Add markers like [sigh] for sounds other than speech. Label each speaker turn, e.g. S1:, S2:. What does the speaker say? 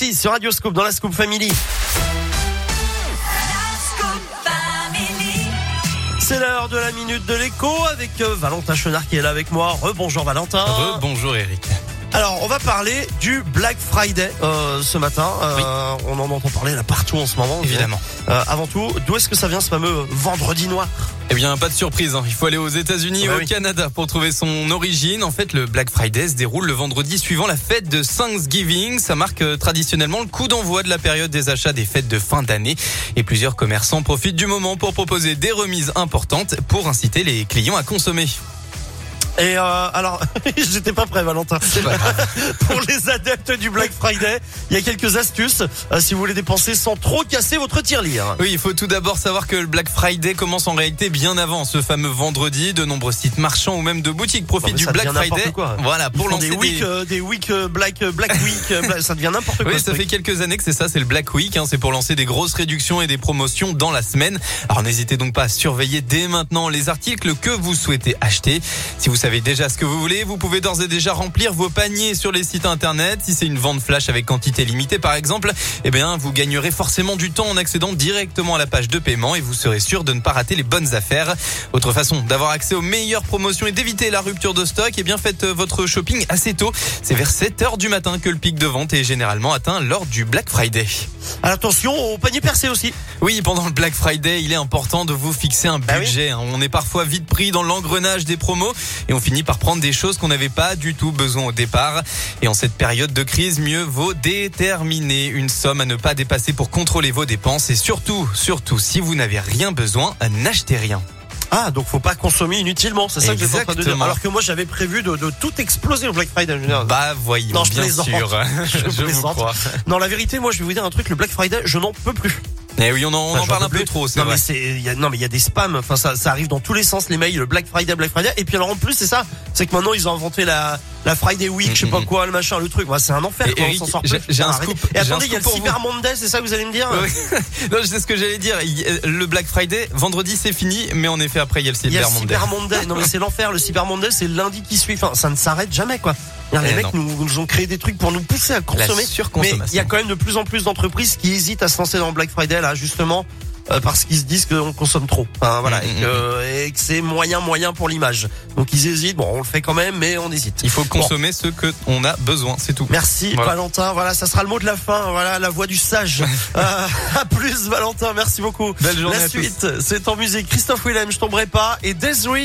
S1: 6 sur Radio Scoop dans la Scoop Family. C'est l'heure de la minute de l'écho avec euh, Valentin Chenard qui est là avec moi. Rebonjour Valentin.
S2: bonjour Eric.
S1: Alors, on va parler du Black Friday euh, ce matin. Euh, On en entend parler là partout en ce moment.
S2: Évidemment.
S1: Euh, avant tout, d'où est-ce que ça vient ce fameux euh, vendredi noir
S2: Eh bien, pas de surprise, hein. il faut aller aux États-Unis
S1: Ah bah
S2: ou au
S1: oui.
S2: Canada pour trouver son origine. En fait, le Black Friday se déroule le vendredi suivant la fête de Thanksgiving. Ça marque euh, traditionnellement le coup d'envoi de la période des achats des fêtes de fin d'année. Et plusieurs commerçants profitent du moment pour proposer des remises importantes pour inciter les clients à consommer.
S1: Et euh, alors, [laughs] j'étais pas prêt, Valentin.
S2: C'est pas grave.
S1: [laughs] Pour les adeptes du Black Friday, il y a quelques astuces euh, si vous voulez dépenser sans trop casser votre tirelire.
S2: Oui, il faut tout d'abord savoir que le Black Friday commence en réalité bien avant ce fameux vendredi. De nombreux sites marchands ou même de boutiques profitent
S1: mais
S2: du
S1: Ah bah ça devient
S2: Black
S1: n'importe
S2: Friday.
S1: quoi.
S2: Voilà, pour
S1: Ils font
S2: lancer
S1: des week, euh, des week euh, Black euh, Black Week, euh, Black- ça devient n'importe quoi.
S2: [laughs] Oui,
S1: ce
S2: ça fait
S1: truc.
S2: quelques années que c'est ça, c'est le Black Week. hein, c'est pour lancer des grosses réductions et des promotions dans la semaine. Alors n'hésitez donc pas à surveiller dès maintenant les articles que vous souhaitez acheter. Si vous savez déjà ce que vous voulez, vous pouvez d'ores et déjà remplir vos paniers sur les sites internet. Si c'est une vente flash avec quantité limitée, par exemple, eh bien vous gagnerez forcément du temps en accédant directement à la page de paiement et vous serez sûr de ne pas rater les bonnes affaires. Autre façon d'avoir accès aux meilleures promotions et d'éviter la rupture de stock, eh bien faites euh, votre shopping assez tôt. C'est vers 7 heures du matin que le pic de vente est généralement atteint lors du Black Friday.
S1: Alors, attention au panier percé aussi.
S2: Oui, pendant le Black Friday, il est important de vous fixer un
S1: Bah oui.
S2: budget. hein. On est parfois vite pris dans l'engrenage des promos et on finit par prendre des choses qu'on n'avait pas du tout besoin au départ. Et en cette période de crise, mieux vaut déterminer une somme à ne pas dépasser pour contrôler vos dépenses et surtout, surtout, si vous n'avez rien besoin, n'achetez rien.
S1: Ah, donc faut pas consommer inutilement, c'est ça que j'étais en train de dire.
S2: Exactement.
S1: Alors que moi j'avais prévu de, de tout exploser au Black Friday. en général.
S2: Bah voyons,
S1: Non, je
S2: bien
S1: plaisante.
S2: sûr.
S1: [laughs] Je
S2: vous
S1: plaisante.
S2: crois.
S1: Non, la vérité, moi je vais vous dire un truc, le Black Friday, je n'en peux plus.
S2: Eh oui, on en, on
S1: Enfin,
S2: en
S1: j'en
S2: parle
S1: peux
S2: un peu
S1: plus.
S2: trop, c'est
S1: Non
S2: vrai.
S1: mais c'est, il y a- non mais il y a des spams. Enfin ça, ça arrive dans tous les sens les mails, le Black Friday, Black Friday. Et puis alors en plus c'est ça, c'est que maintenant ils ont inventé la la Friday Week, je sais pas quoi, le machin, le truc. Moi c'est un enfer.
S2: Mm-hmm. Et
S1: quoi, on
S2: Eric,
S1: s'en sort
S2: j'ai-
S1: plus.
S2: j'ai un
S1: Putain, arrêtez.
S2: scoop-
S1: Et
S2: j'ai un
S1: attendez, il y a
S2: scoop
S1: le
S2: pour vous.
S1: Cyber Monday, c'est ça que vous allez me dire
S2: Oui. non, je sais ce que j'allais dire. Il- euh, Le Black Friday, vendredi, c'est fini, mais en effet, après, il y a le
S1: Il y a le
S2: Cyber Monday.
S1: Cyber Monday. Non mais c'est l'enfer. Le Cyber Monday, c'est le lundi qui suit. Enfin, ça ne s'arrête jamais quoi. Les
S2: Eh
S1: mecs nous, nous ont créé des trucs pour nous pousser à
S2: La
S1: consommer. Mais
S2: surconsommation.
S1: il y a quand même de plus en plus d'entreprises qui hésitent à se lancer dans Black Friday là justement euh, parce qu'ils se disent qu'on consomme trop. Enfin, voilà,
S2: Mm,
S1: et
S2: mm,
S1: que, et que c'est moyen moyen pour l'image. Donc ils hésitent. Bon, on le fait quand même, mais on hésite.
S2: Il faut consommer ce que on a besoin, c'est tout.
S1: Merci
S2: Voilà.
S1: Valentin. Voilà, ça sera le mot de la fin. Voilà, la voix du
S2: [laughs]
S1: sage. euh, [laughs] à plus Valentin. Merci beaucoup.
S2: Belle journée
S1: La
S2: à tous.
S1: suite, c'est en musique. Christophe Willem, je tomberai pas. Et Desiree.